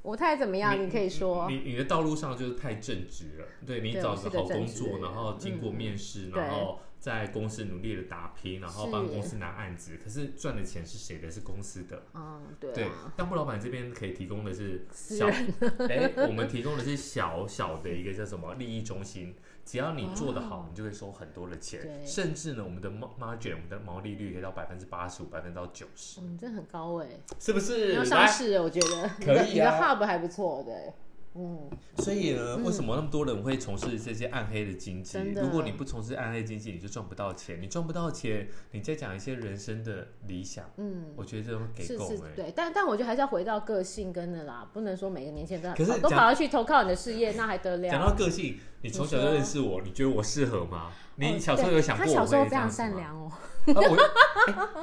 [SPEAKER 1] 我太怎么样？啊你可以说
[SPEAKER 2] 你你的道路上就是太正直了，对你
[SPEAKER 1] 对
[SPEAKER 2] 找
[SPEAKER 1] 我是
[SPEAKER 2] 个
[SPEAKER 1] 个
[SPEAKER 2] 好工
[SPEAKER 1] 正直
[SPEAKER 2] 作，
[SPEAKER 1] 的人嗯
[SPEAKER 2] 然后经过面试，然后在公司努力的打拼，然后帮
[SPEAKER 1] 是
[SPEAKER 2] 公司拿案子，可是赚的钱是谁的？是公司的。
[SPEAKER 1] 嗯，对
[SPEAKER 2] 对
[SPEAKER 1] 啊，，
[SPEAKER 2] 但布老板这边可以提供的是
[SPEAKER 1] 私
[SPEAKER 2] 小， 哎，我们提供的是小小的一个叫什么利益中心，只要你做得好，你就会收很多的
[SPEAKER 1] 哦对
[SPEAKER 2] 钱，甚至呢，我们的 mar- margin，我们的毛利率可以到百分之八十五、百分之到九十，
[SPEAKER 1] 嗯，这很高哎、
[SPEAKER 2] 是不
[SPEAKER 1] 你
[SPEAKER 2] 是？
[SPEAKER 1] 要上
[SPEAKER 2] 来，
[SPEAKER 1] 市了，我觉得你
[SPEAKER 2] 可
[SPEAKER 1] 的
[SPEAKER 2] 以
[SPEAKER 1] 你的
[SPEAKER 2] 啊
[SPEAKER 1] hub 还不错对，嗯，
[SPEAKER 2] 所以呢，为什么那么多人会从事这些暗黑的经济？
[SPEAKER 1] 嗯真的
[SPEAKER 2] 如果你不从事暗黑经济，你就赚不到钱，你赚不到钱，你再讲一些人生的理想，
[SPEAKER 1] 嗯，
[SPEAKER 2] 我觉得这种给
[SPEAKER 1] 是
[SPEAKER 2] 够
[SPEAKER 1] 是，
[SPEAKER 2] 哎。
[SPEAKER 1] 对，但但我觉得还是要回到个性跟的啦，不能说每个年轻人
[SPEAKER 2] 可
[SPEAKER 1] 都
[SPEAKER 2] 是
[SPEAKER 1] 跑都
[SPEAKER 2] 讲
[SPEAKER 1] 跑要去投靠你的事业，那还得了？哦
[SPEAKER 2] 讲到个性，你从小就认识我，你觉得我适合吗？你
[SPEAKER 1] 哦
[SPEAKER 2] 小时候
[SPEAKER 1] 对
[SPEAKER 2] 有想过
[SPEAKER 1] 他小
[SPEAKER 2] 我
[SPEAKER 1] 时候
[SPEAKER 2] 会
[SPEAKER 1] 非
[SPEAKER 2] 这样
[SPEAKER 1] 常
[SPEAKER 2] 子吗
[SPEAKER 1] 善良哦，
[SPEAKER 2] 啊，我、 哎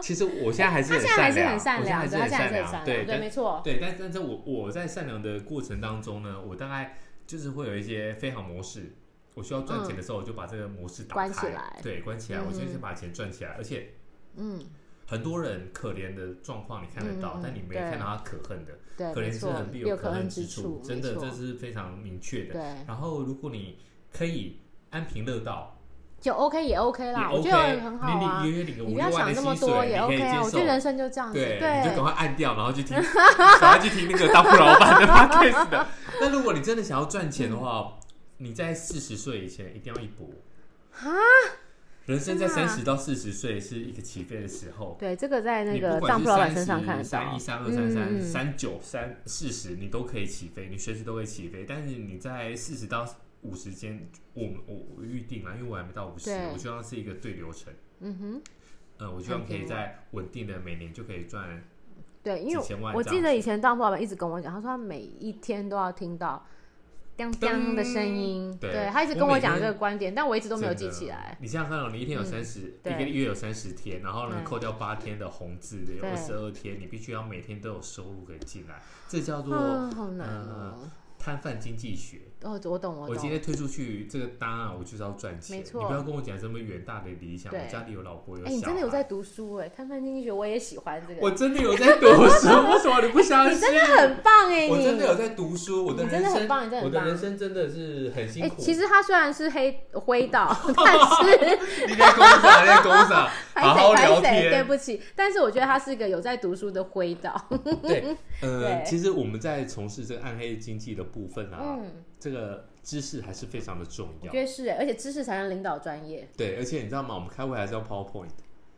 [SPEAKER 2] 其实我现在还是
[SPEAKER 1] 他
[SPEAKER 2] 很
[SPEAKER 1] 现在还
[SPEAKER 2] 善
[SPEAKER 1] 是
[SPEAKER 2] 良，
[SPEAKER 1] 很善良
[SPEAKER 2] 我
[SPEAKER 1] 的，
[SPEAKER 2] 现
[SPEAKER 1] 他
[SPEAKER 2] 在还
[SPEAKER 1] 现在还
[SPEAKER 2] 是很
[SPEAKER 1] 是很善
[SPEAKER 2] 对
[SPEAKER 1] 良，对，
[SPEAKER 2] 但
[SPEAKER 1] 没错，
[SPEAKER 2] 对，但但是我我在善良的过程当中呢，我大概就是会有一些非常模式。我需要赚钱的时候，我就把这个模式打
[SPEAKER 1] 嗯
[SPEAKER 2] 开，
[SPEAKER 1] 关起来
[SPEAKER 2] 对，关起来，
[SPEAKER 1] 嗯
[SPEAKER 2] 我先先把钱赚起来。而且
[SPEAKER 1] 嗯，
[SPEAKER 2] 很多人可怜的状况你看得到，
[SPEAKER 1] 嗯嗯
[SPEAKER 2] 但你没
[SPEAKER 1] 对
[SPEAKER 2] 看到他可恨的，
[SPEAKER 1] 对，
[SPEAKER 2] 可
[SPEAKER 1] 没
[SPEAKER 2] 怜之
[SPEAKER 1] 错
[SPEAKER 2] 人，必
[SPEAKER 1] 有
[SPEAKER 2] 可
[SPEAKER 1] 恨
[SPEAKER 2] 之
[SPEAKER 1] 处，
[SPEAKER 2] 真
[SPEAKER 1] 没
[SPEAKER 2] 的
[SPEAKER 1] 错
[SPEAKER 2] 这是非常明确的。
[SPEAKER 1] 对，
[SPEAKER 2] 然后如果你可以安贫乐道，
[SPEAKER 1] 就 OK 也 OK
[SPEAKER 2] 也
[SPEAKER 1] 啦，我
[SPEAKER 2] OK，
[SPEAKER 1] 觉得很好啊
[SPEAKER 2] 你，你约领个
[SPEAKER 1] 你
[SPEAKER 2] 五
[SPEAKER 1] 不要
[SPEAKER 2] 六
[SPEAKER 1] 想
[SPEAKER 2] 万的
[SPEAKER 1] 这么
[SPEAKER 2] 薪
[SPEAKER 1] 多
[SPEAKER 2] 水，
[SPEAKER 1] 也
[SPEAKER 2] 你可以
[SPEAKER 1] OK
[SPEAKER 2] 接
[SPEAKER 1] 啊，我觉得
[SPEAKER 2] 受。
[SPEAKER 1] 人生就这样子，
[SPEAKER 2] 对，你就赶
[SPEAKER 1] 对，
[SPEAKER 2] 快按掉，然后去听， 然后去听那个当铺老板的 podcast 的。那如果你真的想要赚钱的话，你在四十岁以前一定要一搏。人生在
[SPEAKER 1] 真的
[SPEAKER 2] 三
[SPEAKER 1] 啊
[SPEAKER 2] 十到四十岁是一个起飞的时候。
[SPEAKER 1] 对，这个在那
[SPEAKER 2] 你不
[SPEAKER 1] 个
[SPEAKER 2] 管
[SPEAKER 1] 账
[SPEAKER 2] 是
[SPEAKER 1] 铺老板身上看得
[SPEAKER 2] 三
[SPEAKER 1] 到
[SPEAKER 2] 一、，三二、三三、
[SPEAKER 1] 嗯嗯
[SPEAKER 2] 三九、三四十，你都可以起飞，你随时都会起飞。但是你在四十到五十间，我我我预定了，因为我还没到五十
[SPEAKER 1] 对，
[SPEAKER 2] 我希望是一个对流程。
[SPEAKER 1] 嗯哼，
[SPEAKER 2] 呃，我希望可
[SPEAKER 1] 很平
[SPEAKER 2] 以
[SPEAKER 1] 稳
[SPEAKER 2] 在稳定的每年就可以赚
[SPEAKER 1] 对，因
[SPEAKER 2] 几
[SPEAKER 1] 为
[SPEAKER 2] 千万。
[SPEAKER 1] 我记得以前当铺老板一直跟我讲，他说他每一天都要听到当当的声音，
[SPEAKER 2] 对
[SPEAKER 1] 对他一直跟我讲这个观点，但我一直都没有记起来嗯
[SPEAKER 2] 真的。。你想想看哦，你一天有三十、
[SPEAKER 1] 对
[SPEAKER 2] 一个月有三十天，然后呢
[SPEAKER 1] 对
[SPEAKER 2] 扣掉八天的红字，有
[SPEAKER 1] 对
[SPEAKER 2] 二十二天，你必须要每天都有收入可以进来，这叫做
[SPEAKER 1] 啊，好难哦！
[SPEAKER 2] 呃摊贩经济学。
[SPEAKER 1] 哦，我懂，
[SPEAKER 2] 我
[SPEAKER 1] 懂。
[SPEAKER 2] 今天推出去这个当然我就是要赚钱，
[SPEAKER 1] 没
[SPEAKER 2] 你
[SPEAKER 1] 错
[SPEAKER 2] 不要跟我讲这么远大的理想，
[SPEAKER 1] 对
[SPEAKER 2] 我家里有老婆有
[SPEAKER 1] 哎，
[SPEAKER 2] 小孩，
[SPEAKER 1] 你真的有在读书哎，看看经济学，我也喜欢这个，
[SPEAKER 2] 我真的有在读书，为什么你 不相信？
[SPEAKER 1] 真的很棒哎，
[SPEAKER 2] 我真的有
[SPEAKER 1] 你。
[SPEAKER 2] 在读书，我的
[SPEAKER 1] 你真
[SPEAKER 2] 人
[SPEAKER 1] 的
[SPEAKER 2] 生，
[SPEAKER 1] 很棒你真的很
[SPEAKER 2] 我的
[SPEAKER 1] 棒
[SPEAKER 2] 人生真的是很辛
[SPEAKER 1] 哎，
[SPEAKER 2] 苦。
[SPEAKER 1] 其实他虽然是黑灰 道，但是
[SPEAKER 2] 你在工厂，你在工厂，好 好
[SPEAKER 1] 拍谁
[SPEAKER 2] 聊
[SPEAKER 1] 拍谁，
[SPEAKER 2] 天
[SPEAKER 1] 对。不起，但是我觉得他是一个有在读书的灰道。
[SPEAKER 2] 对，呃，
[SPEAKER 1] 对
[SPEAKER 2] 其实我们在从事这个暗黑经济的部分啊，
[SPEAKER 1] 嗯，
[SPEAKER 2] 这个知识还是非常的重
[SPEAKER 1] 我
[SPEAKER 2] 要
[SPEAKER 1] 觉。得是哎，而且知识才能领导专业。
[SPEAKER 2] 对，而且你知道吗？我们开会还是要 PowerPoint，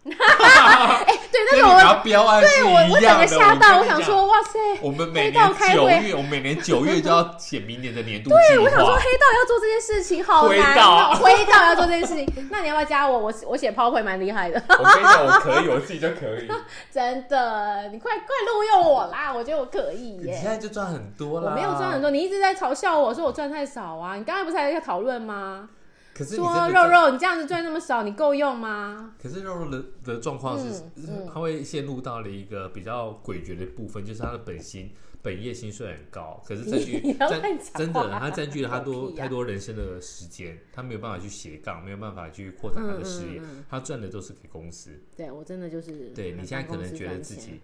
[SPEAKER 1] 哎，对，
[SPEAKER 2] 跟
[SPEAKER 1] 那
[SPEAKER 2] 你
[SPEAKER 1] 个我
[SPEAKER 2] 拿标案是
[SPEAKER 1] 对我我整
[SPEAKER 2] 一样
[SPEAKER 1] 个
[SPEAKER 2] 的。
[SPEAKER 1] 吓到，我
[SPEAKER 2] 跟你
[SPEAKER 1] 想
[SPEAKER 2] 讲，
[SPEAKER 1] 说哇塞，
[SPEAKER 2] 我们
[SPEAKER 1] 黑
[SPEAKER 2] 每
[SPEAKER 1] 道
[SPEAKER 2] 年
[SPEAKER 1] 开
[SPEAKER 2] 九
[SPEAKER 1] 会
[SPEAKER 2] 月，我们每年九月就要写明年的年度计
[SPEAKER 1] 我想说
[SPEAKER 2] 划
[SPEAKER 1] 黑。道要做这件事情好难哦，灰道要做这件事情，那你要不要加我？我我写 PowerPoint 蛮厉害的，
[SPEAKER 2] 我跟你讲，我可以，我自己就可以。
[SPEAKER 1] 真的，你快快录用我啦，我觉得我可以
[SPEAKER 2] 你现
[SPEAKER 1] 耶。
[SPEAKER 2] 在就赚很多
[SPEAKER 1] 我
[SPEAKER 2] 啦。
[SPEAKER 1] 没有赚很多，你一直在嘲笑我说我赚太少啊！你刚才不是还在讨论吗？
[SPEAKER 2] 可是你
[SPEAKER 1] 说
[SPEAKER 2] 真的
[SPEAKER 1] 啊肉
[SPEAKER 2] 赚
[SPEAKER 1] 肉，你这样子赚那么少，你够用吗？
[SPEAKER 2] 可是肉肉的的状况是
[SPEAKER 1] 嗯，
[SPEAKER 2] 是他会陷入到了一个比较诡谲的部分，就是他的本薪本业薪水很高，可是 占
[SPEAKER 1] 你
[SPEAKER 2] 据
[SPEAKER 1] 要
[SPEAKER 2] 占
[SPEAKER 1] 乱讲话
[SPEAKER 2] 真的他占据了他
[SPEAKER 1] 狗
[SPEAKER 2] 多
[SPEAKER 1] 屁呀
[SPEAKER 2] 太多人生的时间，他没有办法去斜杠，没有办法去扩展他的事业
[SPEAKER 1] 嗯嗯，
[SPEAKER 2] 他赚的都是给公司。
[SPEAKER 1] 对我真的就是
[SPEAKER 2] 对你现在可能觉得自
[SPEAKER 1] 帮公司赚钱
[SPEAKER 2] 己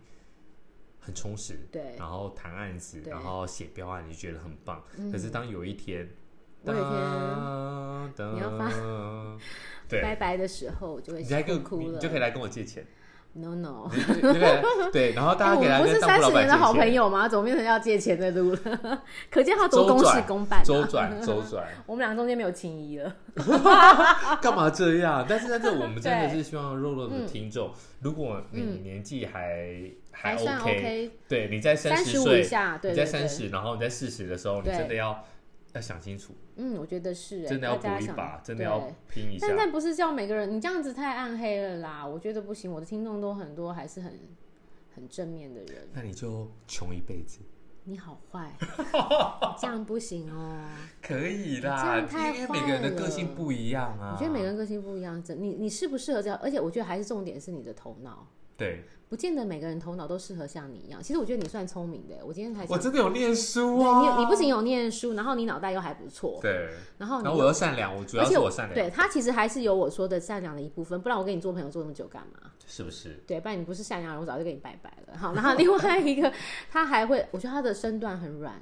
[SPEAKER 2] 很充实，
[SPEAKER 1] 对
[SPEAKER 2] 然后谈案子，
[SPEAKER 1] 对嗯
[SPEAKER 2] 然后写标案，你觉得很棒。可是当有一天，
[SPEAKER 1] 我有一天
[SPEAKER 2] 当当
[SPEAKER 1] 你要发拜
[SPEAKER 2] 对，
[SPEAKER 1] 拜的时候，我就会
[SPEAKER 2] 你才跟
[SPEAKER 1] 哭哭
[SPEAKER 2] 你
[SPEAKER 1] 了
[SPEAKER 2] 就。可以来跟我借 钱。
[SPEAKER 1] No no，
[SPEAKER 2] 对对对对，然后
[SPEAKER 1] 哎，
[SPEAKER 2] 大家
[SPEAKER 1] 我
[SPEAKER 2] 给他
[SPEAKER 1] 们不是
[SPEAKER 2] 跟当
[SPEAKER 1] 三
[SPEAKER 2] 铺
[SPEAKER 1] 十
[SPEAKER 2] 老
[SPEAKER 1] 年
[SPEAKER 2] 板
[SPEAKER 1] 的好
[SPEAKER 2] 借
[SPEAKER 1] 朋
[SPEAKER 2] 钱，
[SPEAKER 1] 友吗？怎么变成要借钱在录了？ 可见他多
[SPEAKER 2] 周
[SPEAKER 1] 公事
[SPEAKER 2] 转
[SPEAKER 1] 公办、啊。
[SPEAKER 2] 周转周转，
[SPEAKER 1] 我们俩中间没有情谊了。
[SPEAKER 2] 干嘛这样？但是在这我们真的
[SPEAKER 1] 对
[SPEAKER 2] 是希望肉肉的听众，如果你
[SPEAKER 1] 嗯
[SPEAKER 2] 年纪还还
[SPEAKER 1] 还算 OK，
[SPEAKER 2] 对，你在三十
[SPEAKER 1] 35
[SPEAKER 2] 岁
[SPEAKER 1] 以下对
[SPEAKER 2] 你在
[SPEAKER 1] 对对
[SPEAKER 2] 三十，然后你在四十的时候，你
[SPEAKER 1] 对
[SPEAKER 2] 真的要要想清楚，
[SPEAKER 1] 嗯，我觉得是、欸，
[SPEAKER 2] 真的要
[SPEAKER 1] 大
[SPEAKER 2] 搏
[SPEAKER 1] 家
[SPEAKER 2] 一
[SPEAKER 1] 想
[SPEAKER 2] 把，真的
[SPEAKER 1] 对
[SPEAKER 2] 要拼一下
[SPEAKER 1] 但。但不是叫每个人，你这样子太暗黑了啦，我觉得不行。我的听众都很多，还是很很正面的人。
[SPEAKER 2] 那你就穷一辈子，
[SPEAKER 1] 你好 坏，这样不行哦、
[SPEAKER 2] 可以
[SPEAKER 1] 这
[SPEAKER 2] 啦
[SPEAKER 1] 样，太
[SPEAKER 2] 因为每个人的
[SPEAKER 1] 坏
[SPEAKER 2] 个性
[SPEAKER 1] 了
[SPEAKER 2] 不一样啊。
[SPEAKER 1] 我觉得每个人个性不一样，真你你适不适合这样，而且我觉得还是重点是你的头脑，
[SPEAKER 2] 对，
[SPEAKER 1] 不见得每个人头脑都适合像你一样。其实我觉得你算聪明的、我今天才
[SPEAKER 2] 我
[SPEAKER 1] 想，
[SPEAKER 2] 真的有念
[SPEAKER 1] 对
[SPEAKER 2] 书
[SPEAKER 1] 你有
[SPEAKER 2] 啊，
[SPEAKER 1] 你不仅有念书，然后你脑袋又还不错，
[SPEAKER 2] 对，
[SPEAKER 1] 然后你
[SPEAKER 2] 然后我又善良，我主
[SPEAKER 1] 而
[SPEAKER 2] 要
[SPEAKER 1] 且
[SPEAKER 2] 是我善良，
[SPEAKER 1] 对他其实还是有我说的善良的一部分，不然我跟你做朋友做那么久干嘛？
[SPEAKER 2] 是不是？
[SPEAKER 1] 对，不然你不是善良人，我早就跟你拜拜了。好，然后另外一个，他还会，我觉得他的身段很软，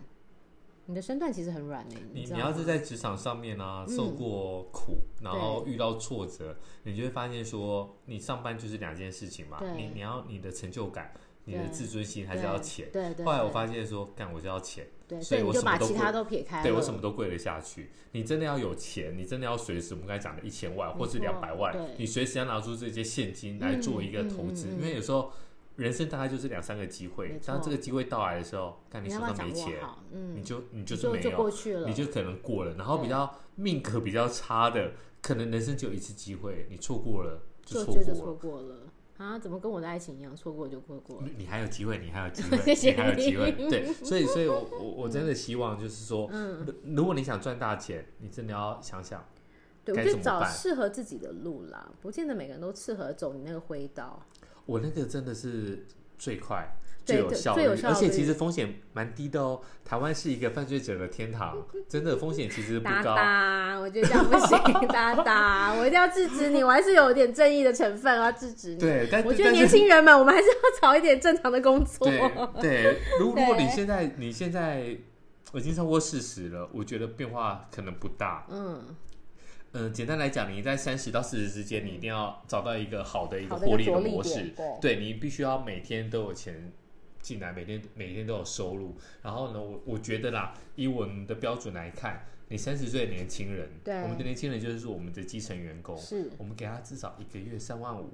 [SPEAKER 1] 你的身段其实很软诶、
[SPEAKER 2] 你
[SPEAKER 1] 知道
[SPEAKER 2] 你要
[SPEAKER 1] 吗嗯
[SPEAKER 2] 是在职场上面啊，受过苦，然后遇到挫折，你就会发现说，你上班就是两件事情嘛
[SPEAKER 1] 对，
[SPEAKER 2] 你你要你的成就感，你的
[SPEAKER 1] 对
[SPEAKER 2] 自尊心还是要钱。
[SPEAKER 1] 对对对，
[SPEAKER 2] 后来我发现说，干我就要钱，
[SPEAKER 1] 对，所
[SPEAKER 2] 所以
[SPEAKER 1] 以你
[SPEAKER 2] 我
[SPEAKER 1] 就
[SPEAKER 2] 什么
[SPEAKER 1] 把
[SPEAKER 2] 都
[SPEAKER 1] 其
[SPEAKER 2] 不
[SPEAKER 1] 他都撇开了，
[SPEAKER 2] 对我什么都跪得下去。你真的要有钱，你真的要随时我们刚才讲的一千万
[SPEAKER 1] 没
[SPEAKER 2] 或是
[SPEAKER 1] 错
[SPEAKER 2] 两百万
[SPEAKER 1] 对，
[SPEAKER 2] 你随时要拿出这些现金来做一个投资，
[SPEAKER 1] 嗯嗯嗯嗯
[SPEAKER 2] 因为有时候人生大概就是两三个机会
[SPEAKER 1] 没，错
[SPEAKER 2] 当这个机会到来的时候，干
[SPEAKER 1] 你
[SPEAKER 2] 手
[SPEAKER 1] 要不要
[SPEAKER 2] 上没
[SPEAKER 1] 掌
[SPEAKER 2] 钱
[SPEAKER 1] 握，好？嗯，
[SPEAKER 2] 你就你
[SPEAKER 1] 就是
[SPEAKER 2] 没
[SPEAKER 1] 就
[SPEAKER 2] 有，
[SPEAKER 1] 过去了，
[SPEAKER 2] 你就可能过了。然后比较命格比较差的，可能人生只有一次机会，你错过了就
[SPEAKER 1] 就
[SPEAKER 2] 错
[SPEAKER 1] 就就
[SPEAKER 2] 过
[SPEAKER 1] 错
[SPEAKER 2] 了。
[SPEAKER 1] 过了啊！怎么跟我的爱情一样，错过就错过了？
[SPEAKER 2] 你你还有机会，你还有机
[SPEAKER 1] 谢
[SPEAKER 2] 会，
[SPEAKER 1] 谢
[SPEAKER 2] 你还有
[SPEAKER 1] 你
[SPEAKER 2] 机会。对，所以，所以我我我真的希望就是说，
[SPEAKER 1] 嗯，
[SPEAKER 2] 如如果你想赚大钱，你真的要想想，
[SPEAKER 1] 对，我
[SPEAKER 2] 该
[SPEAKER 1] 觉
[SPEAKER 2] 怎
[SPEAKER 1] 得
[SPEAKER 2] 么
[SPEAKER 1] 找
[SPEAKER 2] 办
[SPEAKER 1] 适合自己的路啦，不见得每个人都适合走你那个灰道。
[SPEAKER 2] 我那个真的是最快。
[SPEAKER 1] 对
[SPEAKER 2] 最有
[SPEAKER 1] 对
[SPEAKER 2] 效
[SPEAKER 1] 最有
[SPEAKER 2] 率，
[SPEAKER 1] 效
[SPEAKER 2] 而且其
[SPEAKER 1] 率
[SPEAKER 2] 实风险蛮低的哦。台湾是一个犯罪者的天堂，真的风险其实不
[SPEAKER 1] 哒
[SPEAKER 2] 高。
[SPEAKER 1] 哒，我觉得这样不 行，哒哒，我一定要制止你，我还是有点正义的成分，我要制止你。
[SPEAKER 2] 对，但
[SPEAKER 1] 我觉得
[SPEAKER 2] 但
[SPEAKER 1] 年
[SPEAKER 2] 是
[SPEAKER 1] 轻人们，我们还是要找一点正常的工作。
[SPEAKER 2] 对对，如如果
[SPEAKER 1] 对
[SPEAKER 2] 你现在你现在已经超过四十了，我觉得变化可能不大。
[SPEAKER 1] 嗯，
[SPEAKER 2] 嗯、简单来讲，你在三十到四十之间，你一定要找到一个好的一个
[SPEAKER 1] 好的一个
[SPEAKER 2] 获利
[SPEAKER 1] 着
[SPEAKER 2] 的
[SPEAKER 1] 力
[SPEAKER 2] 模式
[SPEAKER 1] 点，对
[SPEAKER 2] 对你必须要每天都有钱。进来每天每天都有收入，然后呢，我我觉得啦，以我们的标准来看，你三十岁的年轻人，
[SPEAKER 1] 对
[SPEAKER 2] 我们的年轻人就是说我们的基层员工，
[SPEAKER 1] 是
[SPEAKER 2] 我们给他至少一个月三万五，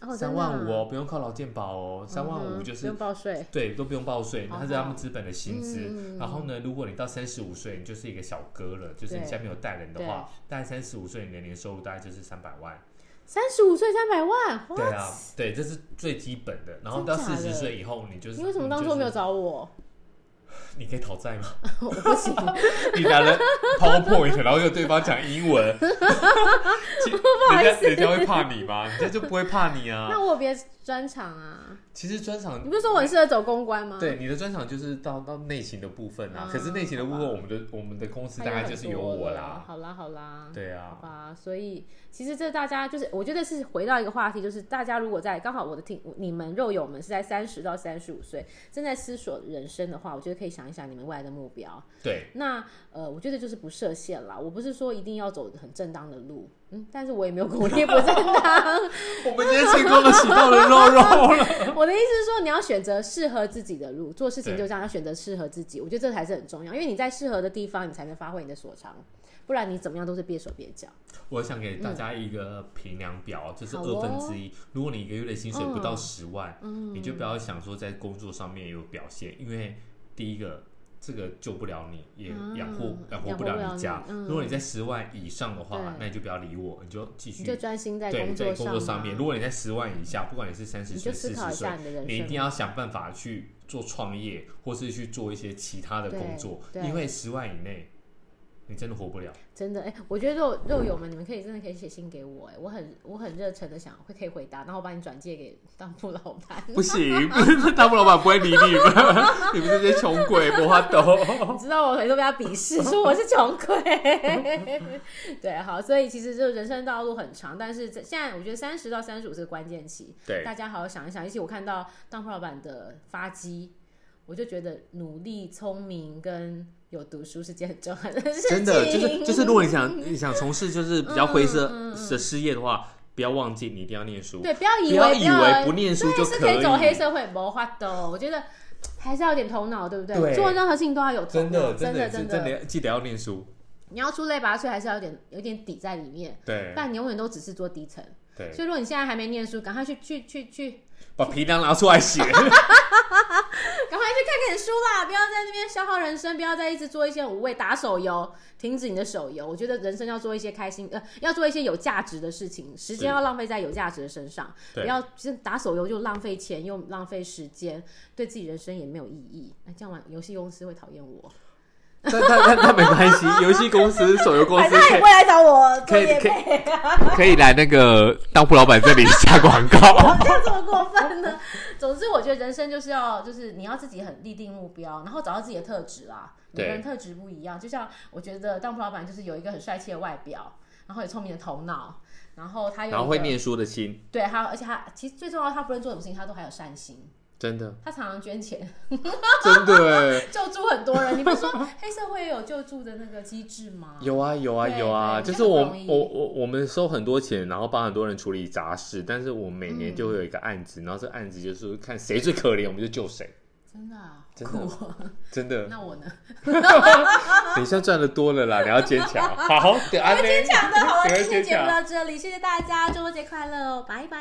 [SPEAKER 1] 哦，
[SPEAKER 2] 三
[SPEAKER 1] 真的啊
[SPEAKER 2] 万五哦，，不用靠劳健保哦，三万
[SPEAKER 1] 嗯
[SPEAKER 2] 五
[SPEAKER 1] 哼
[SPEAKER 2] 就是
[SPEAKER 1] 不用报税。
[SPEAKER 2] 对，都不用报税，
[SPEAKER 1] 哦好
[SPEAKER 2] 它是他们资本的薪
[SPEAKER 1] 嗯
[SPEAKER 2] 资。然后呢，如果你到三十五岁，你就是一个小哥了，就是你
[SPEAKER 1] 对
[SPEAKER 2] 下面有带人的话，大概三十五岁，你的年收入大概就是三百万。
[SPEAKER 1] 三十五岁三百万，
[SPEAKER 2] 对
[SPEAKER 1] what？
[SPEAKER 2] 啊，对，这是最基本的。然后到
[SPEAKER 1] 真假
[SPEAKER 2] 四
[SPEAKER 1] 的
[SPEAKER 2] 十岁以后，你就是
[SPEAKER 1] 你为什么当初没有？
[SPEAKER 2] 你
[SPEAKER 1] 找我？
[SPEAKER 2] 就是你可以讨债吗？
[SPEAKER 1] 我不行，
[SPEAKER 2] 你拿了 PowerPoint，然后又对方讲 英文，其人家人家会怕你吗？人家就不会怕你啊
[SPEAKER 1] 那。我有别的专长啊。
[SPEAKER 2] 其实专场
[SPEAKER 1] 你不是说我很适合走公关吗？
[SPEAKER 2] 对，你的专场就是到到内勤的部分啊，
[SPEAKER 1] 啊
[SPEAKER 2] 可是内勤的部分，
[SPEAKER 1] 好吧
[SPEAKER 2] 我们的我们的公司
[SPEAKER 1] 还
[SPEAKER 2] 大
[SPEAKER 1] 有很多了，
[SPEAKER 2] 概就是有我啦。
[SPEAKER 1] 好啦好啦，
[SPEAKER 2] 对
[SPEAKER 1] 好
[SPEAKER 2] 啊，
[SPEAKER 1] 吧。所以其实这大家就是，我觉得是回到一个话题，就是大家如果在刚好我的听你们肉友们是在三十到三十五岁正在思索人生的话，我觉得可以想一想你们未来的目标。
[SPEAKER 2] 对，
[SPEAKER 1] 那呃，我觉得就是不设限啦。我不是说一定要走很正当的路，嗯，但是我也没有鼓励不正当。
[SPEAKER 2] 我们今天成功的洗到了肉肉了。
[SPEAKER 1] 我的意思是说，你要选择适合自己的路，做事情
[SPEAKER 2] 对
[SPEAKER 1] 就这样，要选择适合自己。我觉得这才是很重要，因为你在适合的地方，你才能发挥你的所长，不然你怎么样都是蹩手蹩脚。
[SPEAKER 2] 我想给大家一个评量表，就是
[SPEAKER 1] 好
[SPEAKER 2] 二
[SPEAKER 1] 哦
[SPEAKER 2] 分之一。如果你一个月的薪水不到十万，
[SPEAKER 1] 嗯
[SPEAKER 2] 你就不要想说在工作上面有表现，因为第一个。这个救不了你，也
[SPEAKER 1] 嗯
[SPEAKER 2] 养活、养
[SPEAKER 1] 养
[SPEAKER 2] 活
[SPEAKER 1] 活
[SPEAKER 2] 不
[SPEAKER 1] 不了
[SPEAKER 2] 了
[SPEAKER 1] 你
[SPEAKER 2] 你家。
[SPEAKER 1] 嗯
[SPEAKER 2] 如果你在十万以上的
[SPEAKER 1] 对
[SPEAKER 2] 话，那你就不要理我，你就继续
[SPEAKER 1] 你就专心在
[SPEAKER 2] 对
[SPEAKER 1] 工
[SPEAKER 2] 在
[SPEAKER 1] 作
[SPEAKER 2] 工
[SPEAKER 1] 上啊
[SPEAKER 2] 作
[SPEAKER 1] 嘛
[SPEAKER 2] 上面。如果你在十万以下，不管你是三十
[SPEAKER 1] 你就
[SPEAKER 2] 岁、四
[SPEAKER 1] 思
[SPEAKER 2] 十
[SPEAKER 1] 考一
[SPEAKER 2] 岁
[SPEAKER 1] 下，你的人
[SPEAKER 2] 你一
[SPEAKER 1] 生啊
[SPEAKER 2] 定。要想办法去做创业，或是去做一些其他的工作，
[SPEAKER 1] 对对
[SPEAKER 2] 因为十万以内，你真的活不了。
[SPEAKER 1] 真的，哎、我觉得肉肉友们，你们可以真的可以写信给我、哎，我很我很热忱的想会可以回答，然后我把你转借给当铺老板。
[SPEAKER 2] 不行，大部老板不会理你们， 你们这些穷鬼，不怕抖。
[SPEAKER 1] 你知道我很多被他鄙视，说我是穷鬼。 对，好，所以其实就人生道路很长，但是这现在我觉得三十到三十五是关键期，
[SPEAKER 2] 对
[SPEAKER 1] 大家好好想一想。尤其我看到当铺老板的发迹，我就觉得努力、聪明跟有读书是件很重要的事情。
[SPEAKER 2] 真的就是就是，如果你想你想从事就是比较灰色
[SPEAKER 1] 嗯
[SPEAKER 2] 的事业的话，不要忘记你一定要念书，
[SPEAKER 1] 对，不要以
[SPEAKER 2] 不要
[SPEAKER 1] 为
[SPEAKER 2] 以为不念书
[SPEAKER 1] 对
[SPEAKER 2] 就是可
[SPEAKER 1] 以走黑
[SPEAKER 2] 以。
[SPEAKER 1] 社会，没法的。我觉得还是要有点头脑，对不对？
[SPEAKER 2] 对
[SPEAKER 1] 做任何事情都要有头
[SPEAKER 2] 真
[SPEAKER 1] 脑，
[SPEAKER 2] 的
[SPEAKER 1] 真
[SPEAKER 2] 真的
[SPEAKER 1] 真
[SPEAKER 2] 真的要记得要念书，
[SPEAKER 1] 你要出类拔萃，还是要有点有点底在里面。
[SPEAKER 2] 对
[SPEAKER 1] 不然你永远都只是做低层。
[SPEAKER 2] 对，
[SPEAKER 1] 所以如果你现在还没念书，赶快去去去去，
[SPEAKER 2] 把皮囊拿出来写。
[SPEAKER 1] 赶快去看看书啦！不要在那边消耗人生，不要再一直做一些无谓打手游，停止你的手游。我觉得人生要做一些开心，呃，要做一些有价值的事情，时间
[SPEAKER 2] 是
[SPEAKER 1] 要浪费在有价值的身上，不
[SPEAKER 2] 对
[SPEAKER 1] 要就是打手游就浪费钱又浪费时间，对自己人生也没有意义。那这样玩游戏公司会讨厌我，
[SPEAKER 2] 但但但但没关系，游戏公司、手游公
[SPEAKER 1] 反
[SPEAKER 2] 司
[SPEAKER 1] 正他也不会来找我做
[SPEAKER 2] 可以
[SPEAKER 1] 业
[SPEAKER 2] 可以
[SPEAKER 1] 配。
[SPEAKER 2] 可以来那个当铺老板这里下广告。
[SPEAKER 1] 不要 这么过分呢？ 总之，我觉得人生就是要，就是你要自己很立定目标，然后找到自己的特质啦。每
[SPEAKER 2] 对
[SPEAKER 1] 个人特质不一样，就像我觉得当铺老板就是有一个很帅气的外表，然后有聪明的头脑，然后他有一个
[SPEAKER 2] 然后会念书的心，
[SPEAKER 1] 对他，而且他其实最重要，他不论做什么事情，他都还有善心。
[SPEAKER 2] 真的，
[SPEAKER 1] 他常常捐钱
[SPEAKER 2] 真的欸，
[SPEAKER 1] 救助很多人。你不是 说黑社会也有救助的那个机制吗？
[SPEAKER 2] 有啊有啊
[SPEAKER 1] 对
[SPEAKER 2] 有啊，
[SPEAKER 1] 对
[SPEAKER 2] 就是
[SPEAKER 1] 这个
[SPEAKER 2] 我
[SPEAKER 1] 容易
[SPEAKER 2] 我我我们收很多钱，然后帮很多人处理杂事，但是我每年
[SPEAKER 1] 嗯
[SPEAKER 2] 就会有一个案子，然后这个案子就是看谁最可怜，我们就救 谁，
[SPEAKER 1] 真的啊，
[SPEAKER 2] 真的
[SPEAKER 1] 酷哦。
[SPEAKER 2] 真 的。
[SPEAKER 1] 那我呢？
[SPEAKER 2] 等一下赚的多了啦，你要坚强， 好，对安
[SPEAKER 1] 坚强的，好了，
[SPEAKER 2] 你要
[SPEAKER 1] 今天
[SPEAKER 2] 坚
[SPEAKER 1] 节目
[SPEAKER 2] 强。
[SPEAKER 1] 到这里，谢谢大家，中秋节快乐哦，拜拜。